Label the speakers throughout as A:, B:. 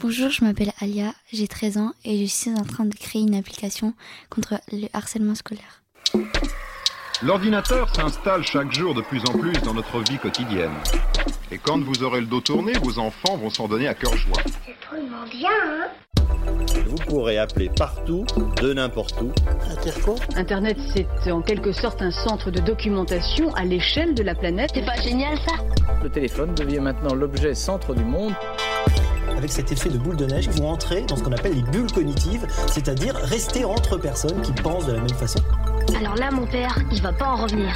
A: Bonjour, je m'appelle Alia, j'ai 13 ans et je suis en train de créer une application contre le harcèlement scolaire.
B: L'ordinateur s'installe chaque jour de plus en plus dans notre vie quotidienne. Et quand vous aurez le dos tourné, vos enfants vont s'en donner à cœur joie.
C: C'est vraiment bien, hein
D: Vous pourrez appeler partout, de n'importe où.
E: Internet, c'est en quelque sorte un centre de documentation à l'échelle de la planète.
C: C'est pas génial, ça
F: Le téléphone devient maintenant l'objet centre du monde.
G: Avec cet effet de boule de neige, vous rentrez dans ce qu'on appelle les bulles cognitives, c'est-à-dire rester entre personnes qui pensent de la même façon.
C: Alors là, mon père, il va pas en revenir.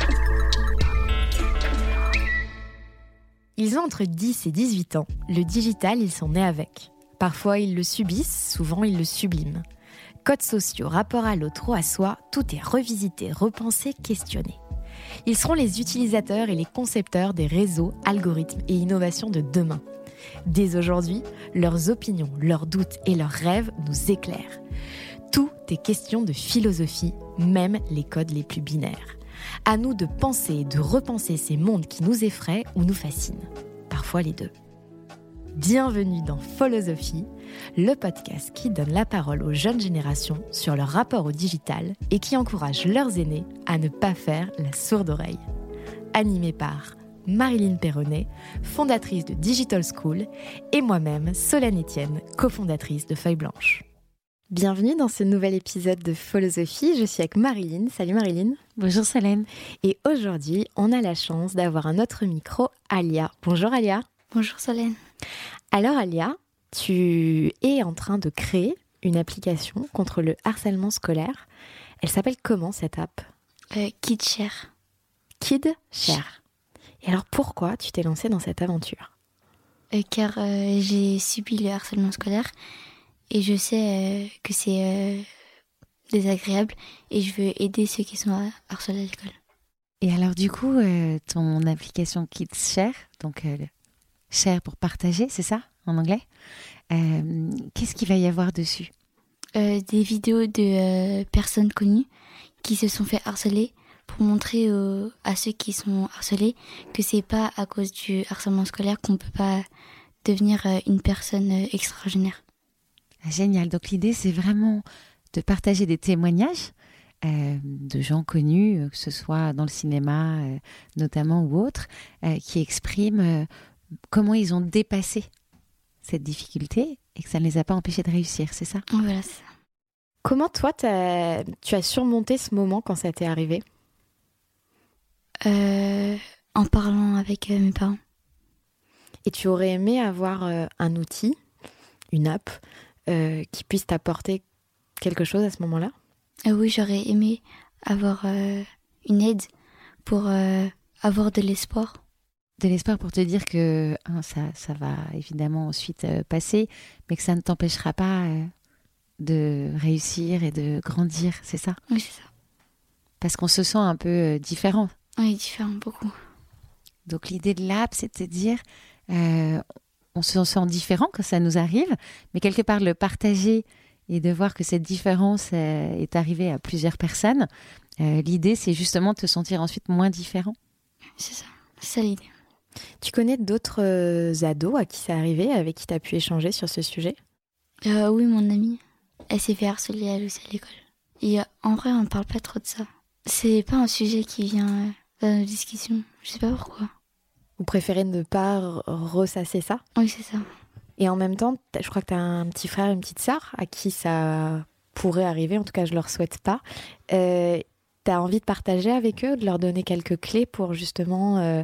H: Ils ont entre 10 et 18 ans. Le digital, ils sont nés avec. Parfois, ils le subissent, souvent, ils le subliment. Codes sociaux, rapport à l'autre ou à soi, tout est revisité, repensé, questionné. Ils seront les utilisateurs et les concepteurs des réseaux, algorithmes et innovations de demain. Dès aujourd'hui, leurs opinions, leurs doutes et leurs rêves nous éclairent. Tout est question de philosophie, même les codes les plus binaires. À nous de penser et de repenser ces mondes qui nous effraient ou nous fascinent. Parfois les deux. Bienvenue dans Philosophie, le podcast qui donne la parole aux jeunes générations sur leur rapport au digital et qui encourage leurs aînés à ne pas faire la sourde oreille. Animé par Marilyn Perronnet, fondatrice de Digital School, et moi-même, Solène Etienne, cofondatrice de Feuille Blanche.
A: Bienvenue dans ce nouvel épisode de Philosophie. Je suis avec Marilyn. Salut Marilyn.
H: Bonjour Solène.
A: Et aujourd'hui, on a la chance d'avoir un autre micro, Alia. Bonjour Alia.
H: Bonjour Solène.
A: Alors Alia, tu es en train de créer une application contre le harcèlement scolaire. Elle s'appelle comment cette app
H: Euh, Kid Cher.
A: Kid Share. Et alors pourquoi tu t'es lancée dans cette aventure
H: Euh, car euh, j'ai subi le harcèlement scolaire et je sais euh, que c'est euh, désagréable et je veux aider ceux qui sont euh, harcelés à l'école.
I: Et alors du coup, euh, ton application Kids Share, donc euh, le- Share pour partager, c'est ça en anglais Euh, Qu'est-ce qu'il va y avoir dessus
H: Euh, des vidéos de euh, personnes connues qui se sont fait harceler pour montrer aux- à ceux qui sont harcelés que c'est pas à cause du harcèlement scolaire qu'on peut pas devenir euh, une personne euh, extraordinaire.
I: Ah, Génial. Donc l'idée, c'est vraiment de partager des témoignages euh, de gens connus, euh, que ce soit dans le cinéma euh, notamment ou autre, euh, qui expriment euh, comment ils ont dépassé cette difficulté et que ça ne les a pas empêchés de réussir, c'est ça
H: Voilà, c'est ça.
A: Comment toi t'as- tu as surmonté ce moment quand ça t'est arrivé
H: Euh, en parlant avec euh, mes parents.
A: Et tu aurais aimé avoir euh, un outil, une app, euh, qui puisse t'apporter quelque chose à ce moment-là
H: Euh, oui, j'aurais aimé avoir euh, une aide pour euh, avoir de l'espoir.
I: de l'espoir pour te dire que hein, ça, ça va évidemment ensuite euh, passer, mais que ça ne t'empêchera pas euh, de réussir et de grandir, c'est ça
H: Oui, c'est ça.
I: Parce qu'on se sent un peu euh, différent.
H: Oui, différent, beaucoup.
I: Donc l'idée de l'app, c'est de te dire, euh, on se sent différent quand ça nous arrive, mais quelque part le partager et de voir que cette différence euh, est arrivée à plusieurs personnes, euh, l'idée, c'est justement de te sentir ensuite moins différent.
H: C'est ça. C'est ça l'idée.
A: Tu connais d'autres euh, ados à qui c'est arrivé, avec qui tu as pu échanger sur ce sujet
H: Euh, oui, mon amie, elle s'est fait harceler elle aussi à l'école. Et euh, en vrai, on parle pas trop de ça. C'est pas un sujet qui vient euh, dans nos discussions. Je sais pas pourquoi.
A: Vous préférez ne pas r- ressasser ça
H: Oui, c'est ça.
A: Et en même temps, t'as- je crois que tu as un petit frère, une petite sœur à qui ça pourrait arriver, en tout cas je leur souhaite pas. tu as envie de partager avec eux, de leur donner quelques clés pour justement euh,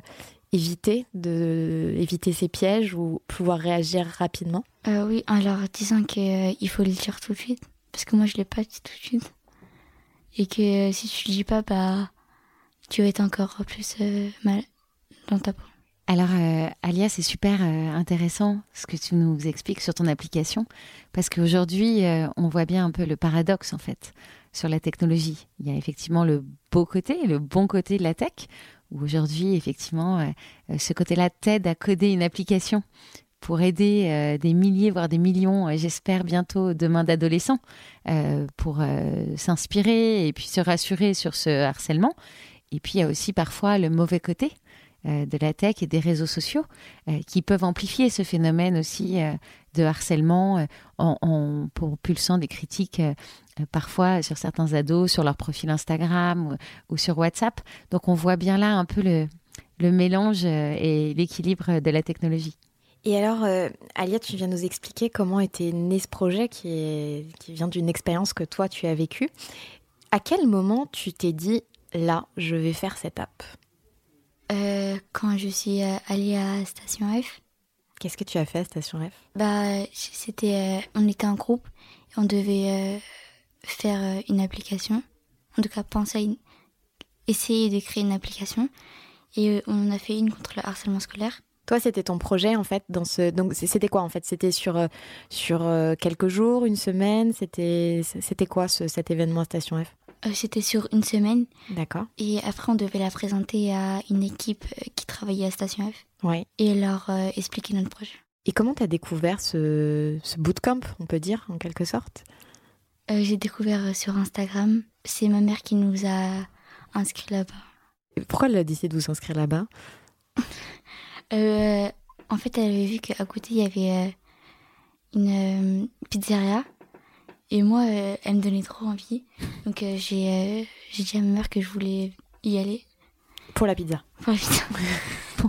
A: éviter, de, éviter ces pièges ou pouvoir réagir rapidement
H: Euh, oui, en leur disant que euh, il faut le dire tout de suite. Parce que moi, je l'ai pas dit tout de suite. Et que euh, si tu le dis pas, bah, tu vas être encore plus euh, mal dans ta peau.
I: Alors, euh, Alia, c'est super euh, intéressant ce que tu nous expliques sur ton application, parce qu'aujourd'hui, euh, on voit bien un peu le paradoxe, en fait, sur la technologie. Il y a effectivement le beau côté et le bon côté de la tech, où aujourd'hui, effectivement, ce côté-là t'aide à coder une application pour aider des milliers, voire des millions, j'espère bientôt, demain d'adolescents, pour s'inspirer et puis se rassurer sur ce harcèlement. Et puis, il y a aussi parfois le mauvais côté Euh, de la tech et des réseaux sociaux euh, qui peuvent amplifier ce phénomène aussi euh, de harcèlement euh, en, en, propulsant des critiques euh, parfois sur certains ados, sur leur profil Instagram ou, ou, sur WhatsApp. Donc on voit bien là un peu le, le mélange euh, et l'équilibre de la technologie.
A: Et alors, euh, Alia, tu viens nous expliquer comment était né ce projet qui, est, qui vient d'une expérience que toi, tu as vécue. À quel moment tu t'es dit, là, je vais faire cette app
H: euh, quand je suis euh, allée à Station F.
A: Qu'est-ce que tu as fait à Station F
H: Bah, c'était, euh, on était un groupe et on devait euh, faire euh, une application. En tout cas, penser à une... essayer de créer une application. Et euh, on a fait une contre le harcèlement scolaire.
A: Toi, c'était ton projet en fait dans ce donc c'était quoi en fait C'était sur euh, sur euh, quelques jours, une semaine. C'était c'était quoi ce, cet événement à Station F
H: euh, C'était sur une semaine.
A: D'accord.
H: Et après, on devait la présenter à une équipe euh, qui travaillait à Station F.
A: Ouais.
H: Et leur euh, expliquer notre projet.
A: Et comment t'as découvert ce, ce bootcamp, on peut dire en quelque sorte
H: euh, J'ai découvert sur Instagram. C'est ma mère qui nous a inscrits là-bas.
A: Pourquoi elle a décidé de vous inscrire là-bas
H: Euh, en fait, elle avait vu qu'à côté, il y avait euh, une euh, pizzeria. Et moi, euh, elle me donnait trop envie. Donc, euh, j'ai dit à ma mère que je voulais y aller.
A: Pour la pizza.
H: Pour la pizza.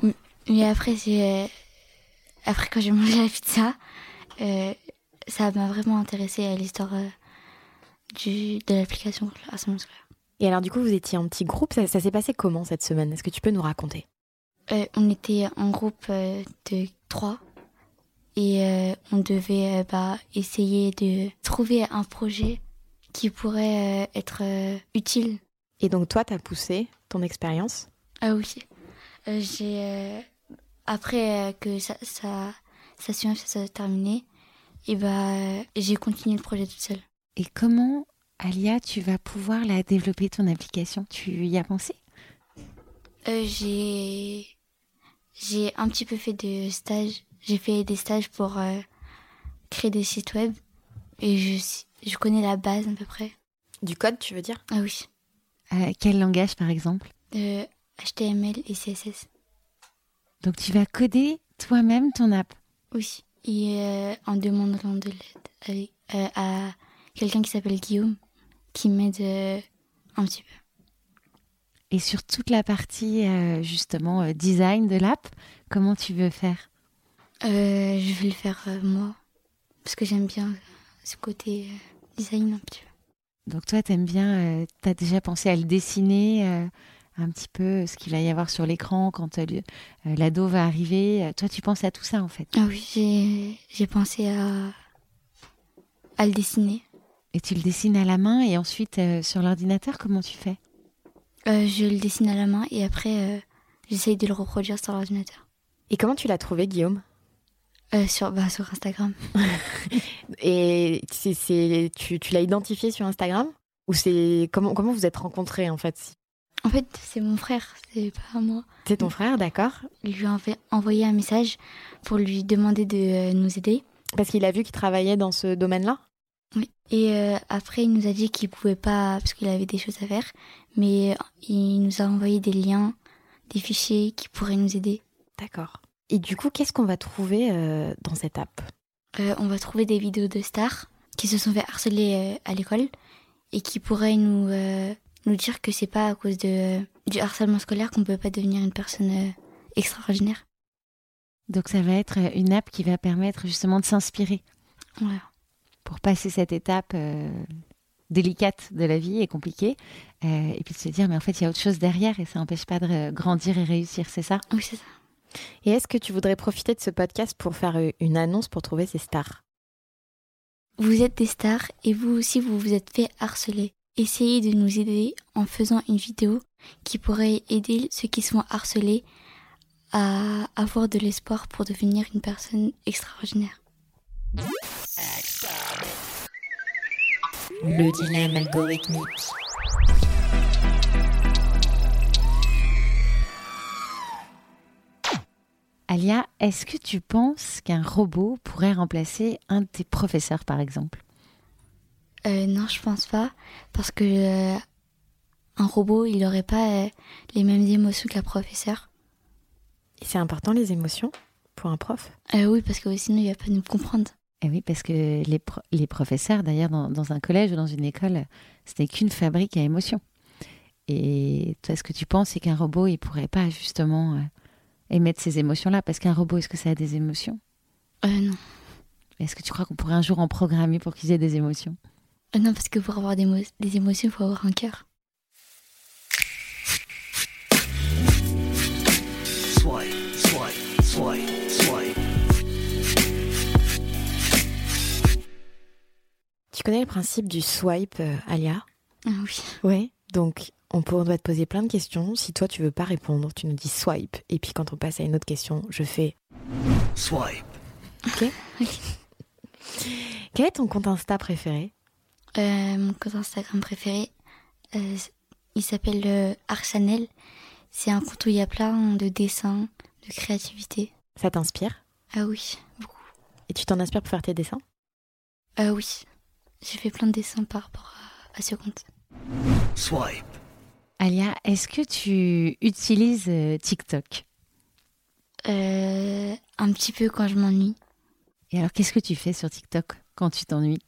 H: bon. Mais après, euh, après, quand j'ai mangé la pizza, euh, ça m'a vraiment intéressée à l'histoire euh, de l'application à ce moment
A: Et alors, du coup, vous étiez en petit groupe. Ça, ça s'est passé comment cette semaine Est-ce que tu peux nous raconter
H: euh, on était en groupe euh, de trois et euh, on devait bah, essayer de trouver un projet qui pourrait euh, être utile.
A: Et donc toi, t'as poussé ton expérience
H: Ah oui. Euh, j'ai après euh, que ça ça ça, ça, ça terminé, et bah j'ai continué le projet toute seule.
I: Et comment Alia, tu vas pouvoir la développer ton application Tu y as pensé
H: Euh, j'ai j'ai un petit peu fait de stages. J'ai fait des stages pour euh, créer des sites web et je, je connais la base à peu près.
A: Du code, tu veux dire
H: Ah oui.
I: Euh, quel langage par exemple
H: euh, HTML et CSS.
I: Donc tu vas coder toi-même ton app
H: Oui. Et euh, en demandant de l'aide euh, à quelqu'un qui s'appelle Guillaume qui m'aide euh, un petit peu.
I: Et sur toute la partie euh, justement euh, design de l'app, comment tu veux faire
H: euh, Je vais le faire moi, parce que j'aime bien ce côté euh, design un petit peu.
I: Donc toi, t'aimes bien, euh, t'as déjà pensé à le dessiner euh, un petit peu, euh, ce qu'il va y avoir sur l'écran quand euh, l'ado va arriver. Euh, Toi, tu penses à tout ça en fait
H: Ah oui, j'ai pensé à, à le dessiner.
I: Et tu le dessines à la main et ensuite euh, sur l'ordinateur, comment tu fais
H: euh, je le dessine à la main et après euh, j'essaye de le reproduire sur l'ordinateur.
A: Et comment tu l'as trouvé, Guillaume
H: euh, sur, bah, sur Instagram.
A: et c est, c est, tu, tu l'as identifié sur Instagram Ou c'est comment, comment vous êtes rencontrés en fait
H: En fait, c'est mon frère, c'est pas moi.
A: C'est ton frère, d'accord.
H: Je lui ai env envoyé un message pour lui demander de euh, nous aider.
A: Parce qu'il a vu qu'il travaillait dans ce domaine-là
H: oui. Et euh, après, il nous a dit qu'il pouvait pas, parce qu'il avait des choses à faire, mais il nous a envoyé des liens, des fichiers qui pourraient nous aider.
A: D'accord. Et du coup, qu'est-ce qu'on va trouver euh, dans cette app
H: euh, On va trouver des vidéos de stars qui se sont fait harceler euh, à l'école et qui pourraient nous, euh, nous dire que c'est pas à cause de, euh, du harcèlement scolaire qu'on peut pas devenir une personne euh, extraordinaire.
I: Donc ça va être euh, une app qui va permettre justement de s'inspirer.
H: Voilà
I: pour passer cette étape euh, délicate de la vie et compliquée, euh, et puis de se dire, mais en fait, il y a autre chose derrière et ça n'empêche pas de euh, grandir et réussir, c'est ça
H: Oui, c'est ça.
A: Et est-ce que tu voudrais profiter de ce podcast pour faire euh, une annonce pour trouver ces stars
H: Vous êtes des stars et vous aussi, vous vous êtes fait harceler. Essayez de nous aider en faisant une vidéo qui pourrait aider ceux qui sont harcelés à avoir de l'espoir pour devenir une personne extraordinaire.
J: Le dilemme algorithmique.
I: Alia, est-ce que tu penses qu'un robot pourrait remplacer un de tes professeurs, par exemple
H: Euh, non, je pense pas, parce que euh, un robot, il n'aurait pas euh, les mêmes émotions qu'un professeur.
A: Et c'est important les émotions pour un prof
H: Euh, oui, parce que sinon, il va pas nous comprendre.
I: Eh oui, parce que les, pro- les professeurs, d'ailleurs, dans, dans un collège ou dans une école, ce n'est qu'une fabrique à émotions. Et toi, ce que tu penses, c'est qu'un robot, il pourrait pas justement euh, émettre ces émotions-là Parce qu'un robot, est-ce que ça a des émotions
H: Euh, non.
I: Est-ce que tu crois qu'on pourrait un jour en programmer pour qu'ils aient des émotions
H: Euh, non, parce que pour avoir des, mo- des émotions, il faut avoir un cœur.
K: Swipe, swipe, swipe, swipe.
A: Tu connais le principe du swipe, euh, Alia
H: Ah oui.
A: Oui. Donc, on, peut, on doit te poser plein de questions. Si toi, tu veux pas répondre, tu nous dis swipe. Et puis, quand on passe à une autre question, je fais
K: Swipe.
A: OK Quel est ton compte Insta préféré
H: Euh, mon compte Instagram préféré, euh, il s'appelle euh, Archanel. C'est un compte où il y a plein de dessins, de créativité.
A: Ça t'inspire
H: Ah oui,
A: Et tu t'en inspires pour faire tes dessins
H: ah oui. J'ai fait plein de dessins par rapport à, à ce compte.
K: Swipe.
I: Alia, est-ce que tu utilises euh, TikTok
H: Euh, un petit peu quand je m'ennuie.
I: Et alors, qu'est-ce que tu fais sur TikTok quand tu t'ennuies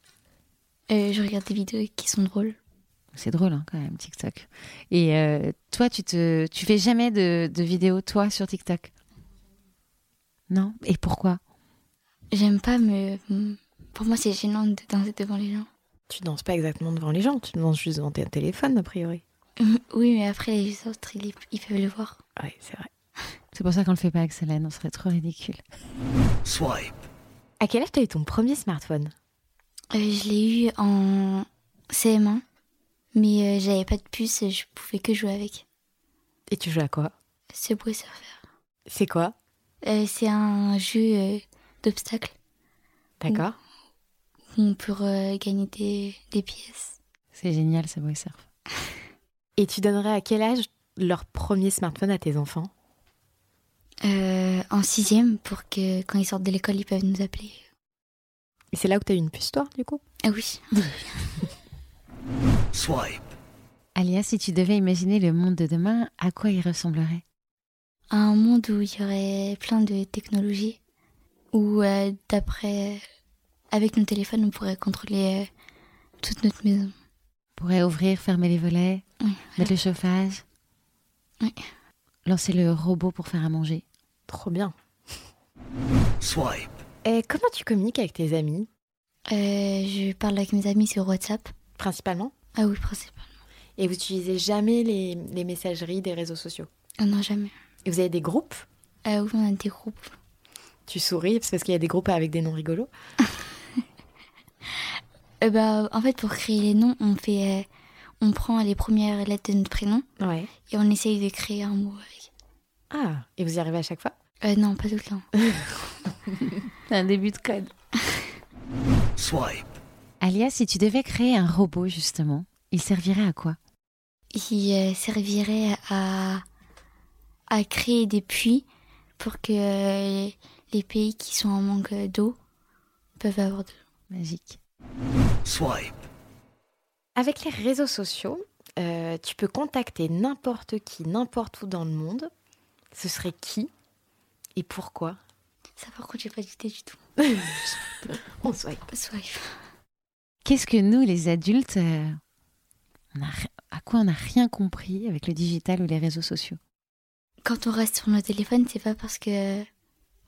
H: Euh, je regarde des vidéos qui sont drôles.
I: C'est drôle hein, quand même, TikTok. Et euh, toi, tu te, tu fais jamais de, de vidéos, toi, sur TikTok Non Et pourquoi
H: J'aime pas, mais hum, pour moi, c'est gênant de danser devant les gens.
A: Tu danses pas exactement devant les gens, tu danses juste devant tes téléphones, a priori.
H: Oui, mais après, les autres, ils, ils peuvent le voir.
A: Oui, c'est vrai.
I: C'est pour ça qu'on le fait pas avec Solène, on serait trop ridicule.
K: Swipe.
A: À quel âge t'as eu ton premier smartphone
H: Euh, je l'ai eu en CM1, mais euh, j'avais pas de puce, je pouvais que jouer avec.
A: Et tu joues à quoi
H: Subway Surfer.
A: C'est quoi
H: Euh, c'est un jeu euh, d'obstacles.
A: D'accord.
H: où On peut euh, gagner des, des pièces.
I: C'est génial, ça Subway Surf.
A: Et tu donnerais à quel âge leur premier smartphone à tes enfants
H: Euh, en sixième, pour que quand ils sortent de l'école, ils peuvent nous appeler.
A: Et c'est là où t'as eu une puce, toi, du coup
H: Ah oui.
K: Swipe.
I: Alia, si tu devais imaginer le monde de demain, à quoi il ressemblerait
H: un monde où il y aurait plein de technologies, où euh, d'après, euh, avec nos téléphones, on pourrait contrôler euh, toute notre maison.
I: On pourrait ouvrir, fermer les volets,
H: Oui,
I: mettre le chauffage,
H: Oui.
I: lancer le robot pour faire à manger.
A: Trop bien.
K: Swipe.
A: Et comment tu communiques avec tes amis
H: Euh, je parle avec mes amis sur WhatsApp.
A: Principalement
H: Ah oui, principalement.
A: Et vous utilisez jamais les, les messageries des réseaux sociaux
H: Ah non, jamais.
A: Et vous avez des groupes
H: Ah oui, on a des groupes.
A: Tu souris, c'est parce qu'il y a des groupes avec des noms rigolos
H: Euh, bah, en fait, pour créer les noms, on fait, euh, on prend les premières lettres de notre prénom
A: Ouais.
H: et on essaye de créer un mot avec.
A: Ah, et vous y arrivez à chaque fois
H: Euh, non, pas tout le temps.
I: Un début de code.
K: Swipe.
I: Alia, si tu devais créer un robot, justement, il servirait à quoi
H: Il euh, servirait à, à créer des puits pour que euh, les pays qui sont en manque d'eau peuvent avoir de l'eau.
I: Magique.
K: Swipe.
A: Avec les réseaux sociaux, euh, tu peux contacter n'importe qui, n'importe où dans le monde. Ce serait qui et pourquoi
H: Ça, par contre, j'ai pas d'idée du tout.
A: On swipe.
H: Swipe.
I: Qu'est-ce que nous, les adultes, euh, on a ri- à quoi on n'a rien compris avec le digital ou les réseaux sociaux
H: Quand on reste sur nos téléphones, c'est pas parce que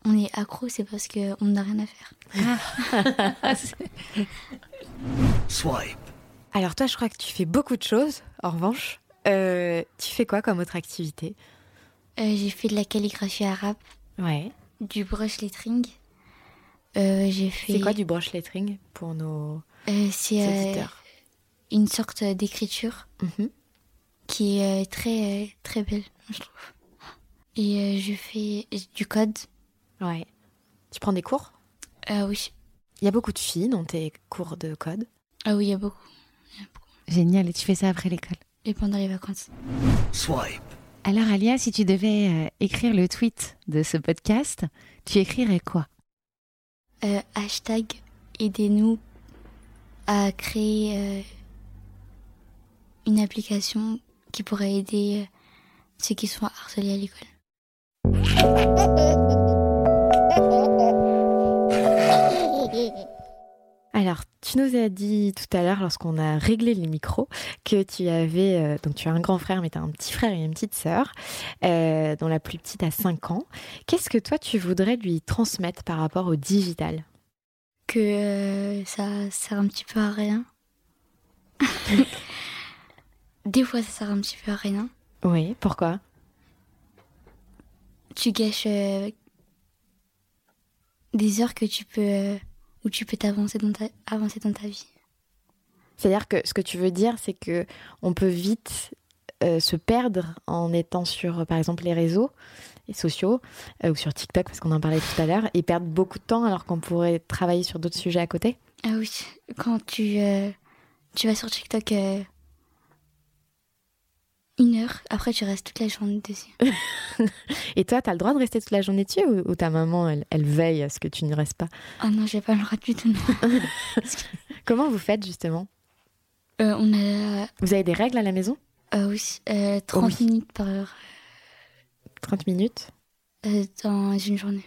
H: on est accro, c'est parce que on n'a rien à faire.
K: Swipe.
A: Alors toi, je crois que tu fais beaucoup de choses. En revanche, Euh, tu fais quoi comme autre activité
H: Euh, j'ai fait de la calligraphie arabe,
A: Ouais.
H: du brush lettering. Euh, j'ai fait.
A: C'est quoi du brush lettering pour nos
H: Euh, c'est euh,
A: auditeurs
H: une sorte d'écriture
A: Mhm.
H: qui est euh, très euh, très belle, je trouve. et euh, je fais du code.
A: Ouais. Tu prends des cours
H: Ah oui.
A: Il y a beaucoup de filles dans tes cours de code
H: Ah oui, il y a beaucoup.
I: Génial, et tu fais ça après l'école
H: Et pendant les vacances.
K: Swipe.
I: Alors Alia, si tu devais euh, écrire le tweet de ce podcast, tu écrirais quoi
H: Euh, hashtag aidez-nous à créer euh, une application qui pourrait aider euh, ceux qui sont harcelés à l'école.
A: Alors, tu nous as dit tout à l'heure, lorsqu'on a réglé les micros, que tu avais. euh, donc, tu as un grand frère, mais tu as un petit frère et une petite sœur, euh, dont la plus petite a 5 ans. Qu'est-ce que toi, tu voudrais lui transmettre par rapport au digital
H: Que euh, ça sert un petit peu à rien. Des fois, ça sert un petit peu à rien.
A: Oui, pourquoi
H: Tu gâches euh, des heures que tu peux euh, où tu peux t'avancer dans ta avancer dans ta vie.
A: C'est-à-dire que ce que tu veux dire, c'est que on peut vite euh, se perdre en étant sur, par exemple, les réseaux et sociaux euh, ou sur TikTok, parce qu'on en parlait tout à l'heure, et perdre beaucoup de temps alors qu'on pourrait travailler sur d'autres sujets à côté.
H: Ah oui, quand tu, euh, tu vas sur TikTok euh, une heure, après tu restes toute la journée dessus.
A: Et toi, tu as le droit de rester toute la journée dessus ou, ou ta maman, elle, elle veille à ce que tu n'y restes pas
H: Ah non, j'ai pas le droit du tout. non.
A: Comment vous faites justement
H: Euh, on a
A: Vous avez des règles à la maison
H: euh, oui, euh, 30
A: Oui.
H: minutes par heure
A: 30 minutes
H: euh, dans une journée.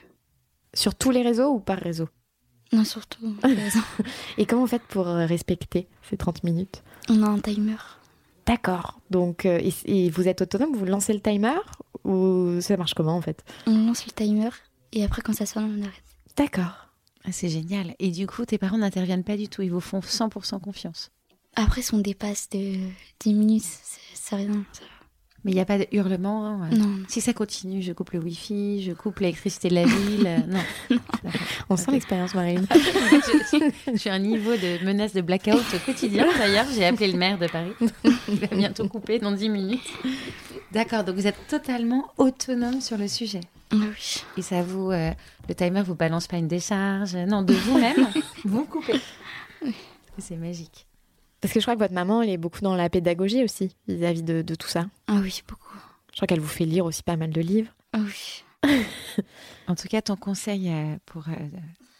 A: Sur tous les réseaux ou par réseau
H: Non, surtout. par exemple.
A: Et comment vous faites pour euh, respecter ces 30 minutes
H: on a un timer.
A: D'accord. Donc, euh, et, et vous êtes autonome, vous lancez le timer ou ça marche comment en fait
H: On lance le timer et après quand ça sonne, on arrête.
A: D'accord.
I: Ah, C'est génial. Et du coup, tes parents n'interviennent pas du tout, ils vous font 100% confiance.
H: Après, si on dépasse de 10 minutes, c'est- c'est rien. ça va.
I: Mais il n'y a pas de hurlement. hein.
H: Non.
I: Si ça continue, je coupe le wifi, je coupe l'électricité de la ville. euh, non.
A: On sent l'expérience Marine.
I: je, je suis à un niveau de menace de blackout quotidien. D'ailleurs, j'ai appelé le maire de Paris. Il va bientôt couper dans 10 minutes. D'accord, donc vous êtes totalement autonome sur le sujet.
H: Ah oui.
I: Et ça vous. euh, le timer vous balance pas une décharge. Non, de vous-même, vous coupez. C'est magique.
A: Parce que je crois que votre maman, elle est beaucoup dans la pédagogie aussi vis-à-vis de, de tout ça.
H: Ah oui, beaucoup.
A: Je crois qu'elle vous fait lire aussi pas mal de livres.
H: Ah oui.
I: En tout cas, ton conseil euh, pour euh,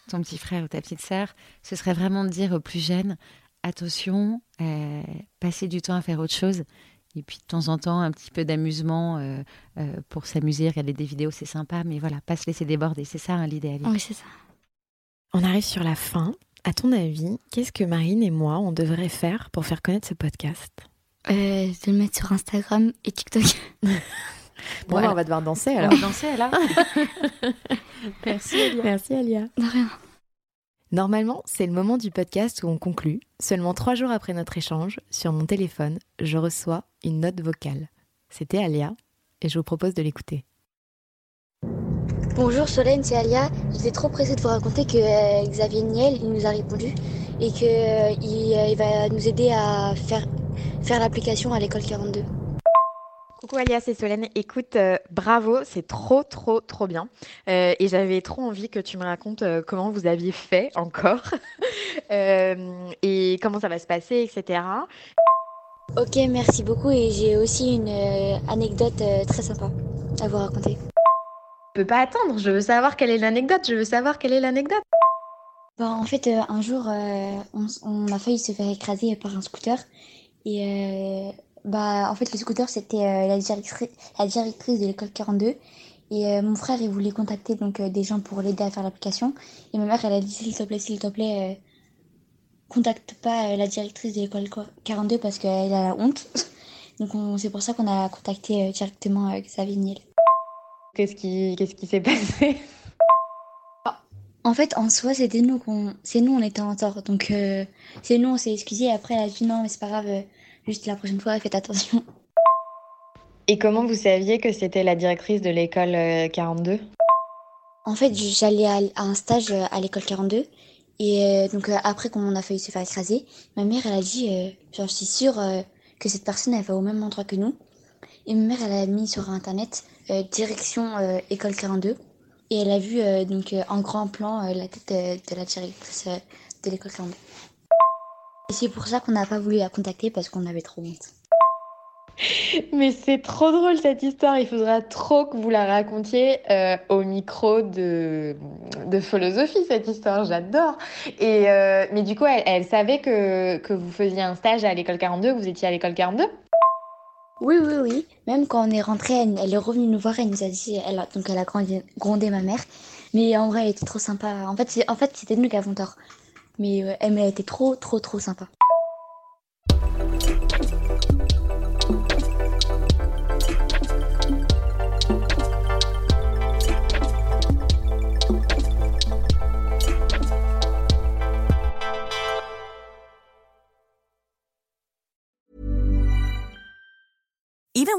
I: ton petit frère ou ta petite sœur, ce serait vraiment de dire aux plus jeunes attention, euh, passez du temps à faire autre chose. Et puis de temps en temps, un petit peu d'amusement euh, euh, pour s'amuser, regarder des vidéos, c'est sympa, mais voilà, pas se laisser déborder. C'est ça hein, l'idéal.
H: Ah oui, c'est ça.
A: On arrive sur la fin. À ton avis, qu'est-ce que Marine et moi, on devrait faire pour faire connaître ce podcast
H: Euh, de le mettre sur Instagram et TikTok.
A: Bon,
I: Voilà.
A: bah, on va devoir danser
I: On
A: alors.
I: va danser là Merci. Elia.
A: Merci Alia.
H: De rien.
A: Normalement, c'est le moment du podcast où on conclut. Seulement trois jours après notre échange, sur mon téléphone, je reçois une note vocale. C'était Alia et je vous propose de l'écouter.
C: Bonjour Solène, c'est Alia. J'étais trop pressée de vous raconter que euh, Xavier Niel il nous a répondu et que euh, il, euh, il va nous aider à faire, faire l'application à l'école 42.
A: Coucou Alia, c'est Solène. Écoute, euh, bravo, c'est trop, trop, trop bien. Euh, et j'avais trop envie que tu me racontes euh, comment vous aviez fait encore Euh, et comment ça va se passer, etc.
C: Ok, merci beaucoup et j'ai aussi une euh, anecdote euh, très sympa à vous raconter.
A: Je peux pas attendre, je veux savoir quelle est l'anecdote, je veux savoir quelle est l'anecdote.
C: Bon, en fait, euh, un jour, euh, on, s- on a failli se faire écraser par un scooter. Et euh, bah, en fait, le scooter, c'était euh, la, directri- la directrice de l'école 42. Et euh, mon frère, il voulait contacter donc euh, des gens pour l'aider à faire l'application. Et ma mère, elle a dit, s'il te plaît, s'il te plaît, euh, contacte pas euh, la directrice de l'école quoi- 42 parce qu'elle a la honte. Donc on- c'est pour ça qu'on a contacté euh, directement euh, Xavier Niel.
A: Qu'est-ce qui, qu'est-ce qui s'est passé
C: En fait, en soi, c'était nous qu'on, c'est nous, on était en tort. Donc, euh, c'est nous, on s'est excusé. Et après, elle a dit non, mais c'est pas grave. euh, Juste la prochaine fois, faites attention.
A: Et comment vous saviez que c'était la directrice de l'école euh, 42
C: En fait, j'allais à, à un stage euh, à l'école 42. Et euh, donc, euh, après qu'on a failli se faire écraser, ma mère, elle a dit, euh, genre, je suis sûre euh, que cette personne, elle va au même endroit que nous. Et ma mère, elle a mis sur Internet
H: euh, direction euh, école 42 et elle a vu euh, donc en grand plan euh, la tête de la directrice euh, de l'école 42. Et c'est pour ça qu'on n'a pas voulu la contacter parce qu'on avait trop honte.
I: Mais c'est trop drôle cette histoire. Il faudra trop que vous la racontiez euh, au micro de, de philosophie, cette histoire. J'adore. Et euh, mais du coup, elle, elle savait que, que, vous faisiez un stage à l'école 42, que vous étiez à l'école 42
H: Oui, oui, oui. Même quand on est rentré, elle, elle, est revenue nous voir. Elle nous a dit, elle a, donc elle a grondé, grondé, ma mère. Mais en vrai, elle était trop sympa. En fait, en fait c'était nous qui avons tort. Mais euh, elle, elle était trop, trop, trop sympa.
E: even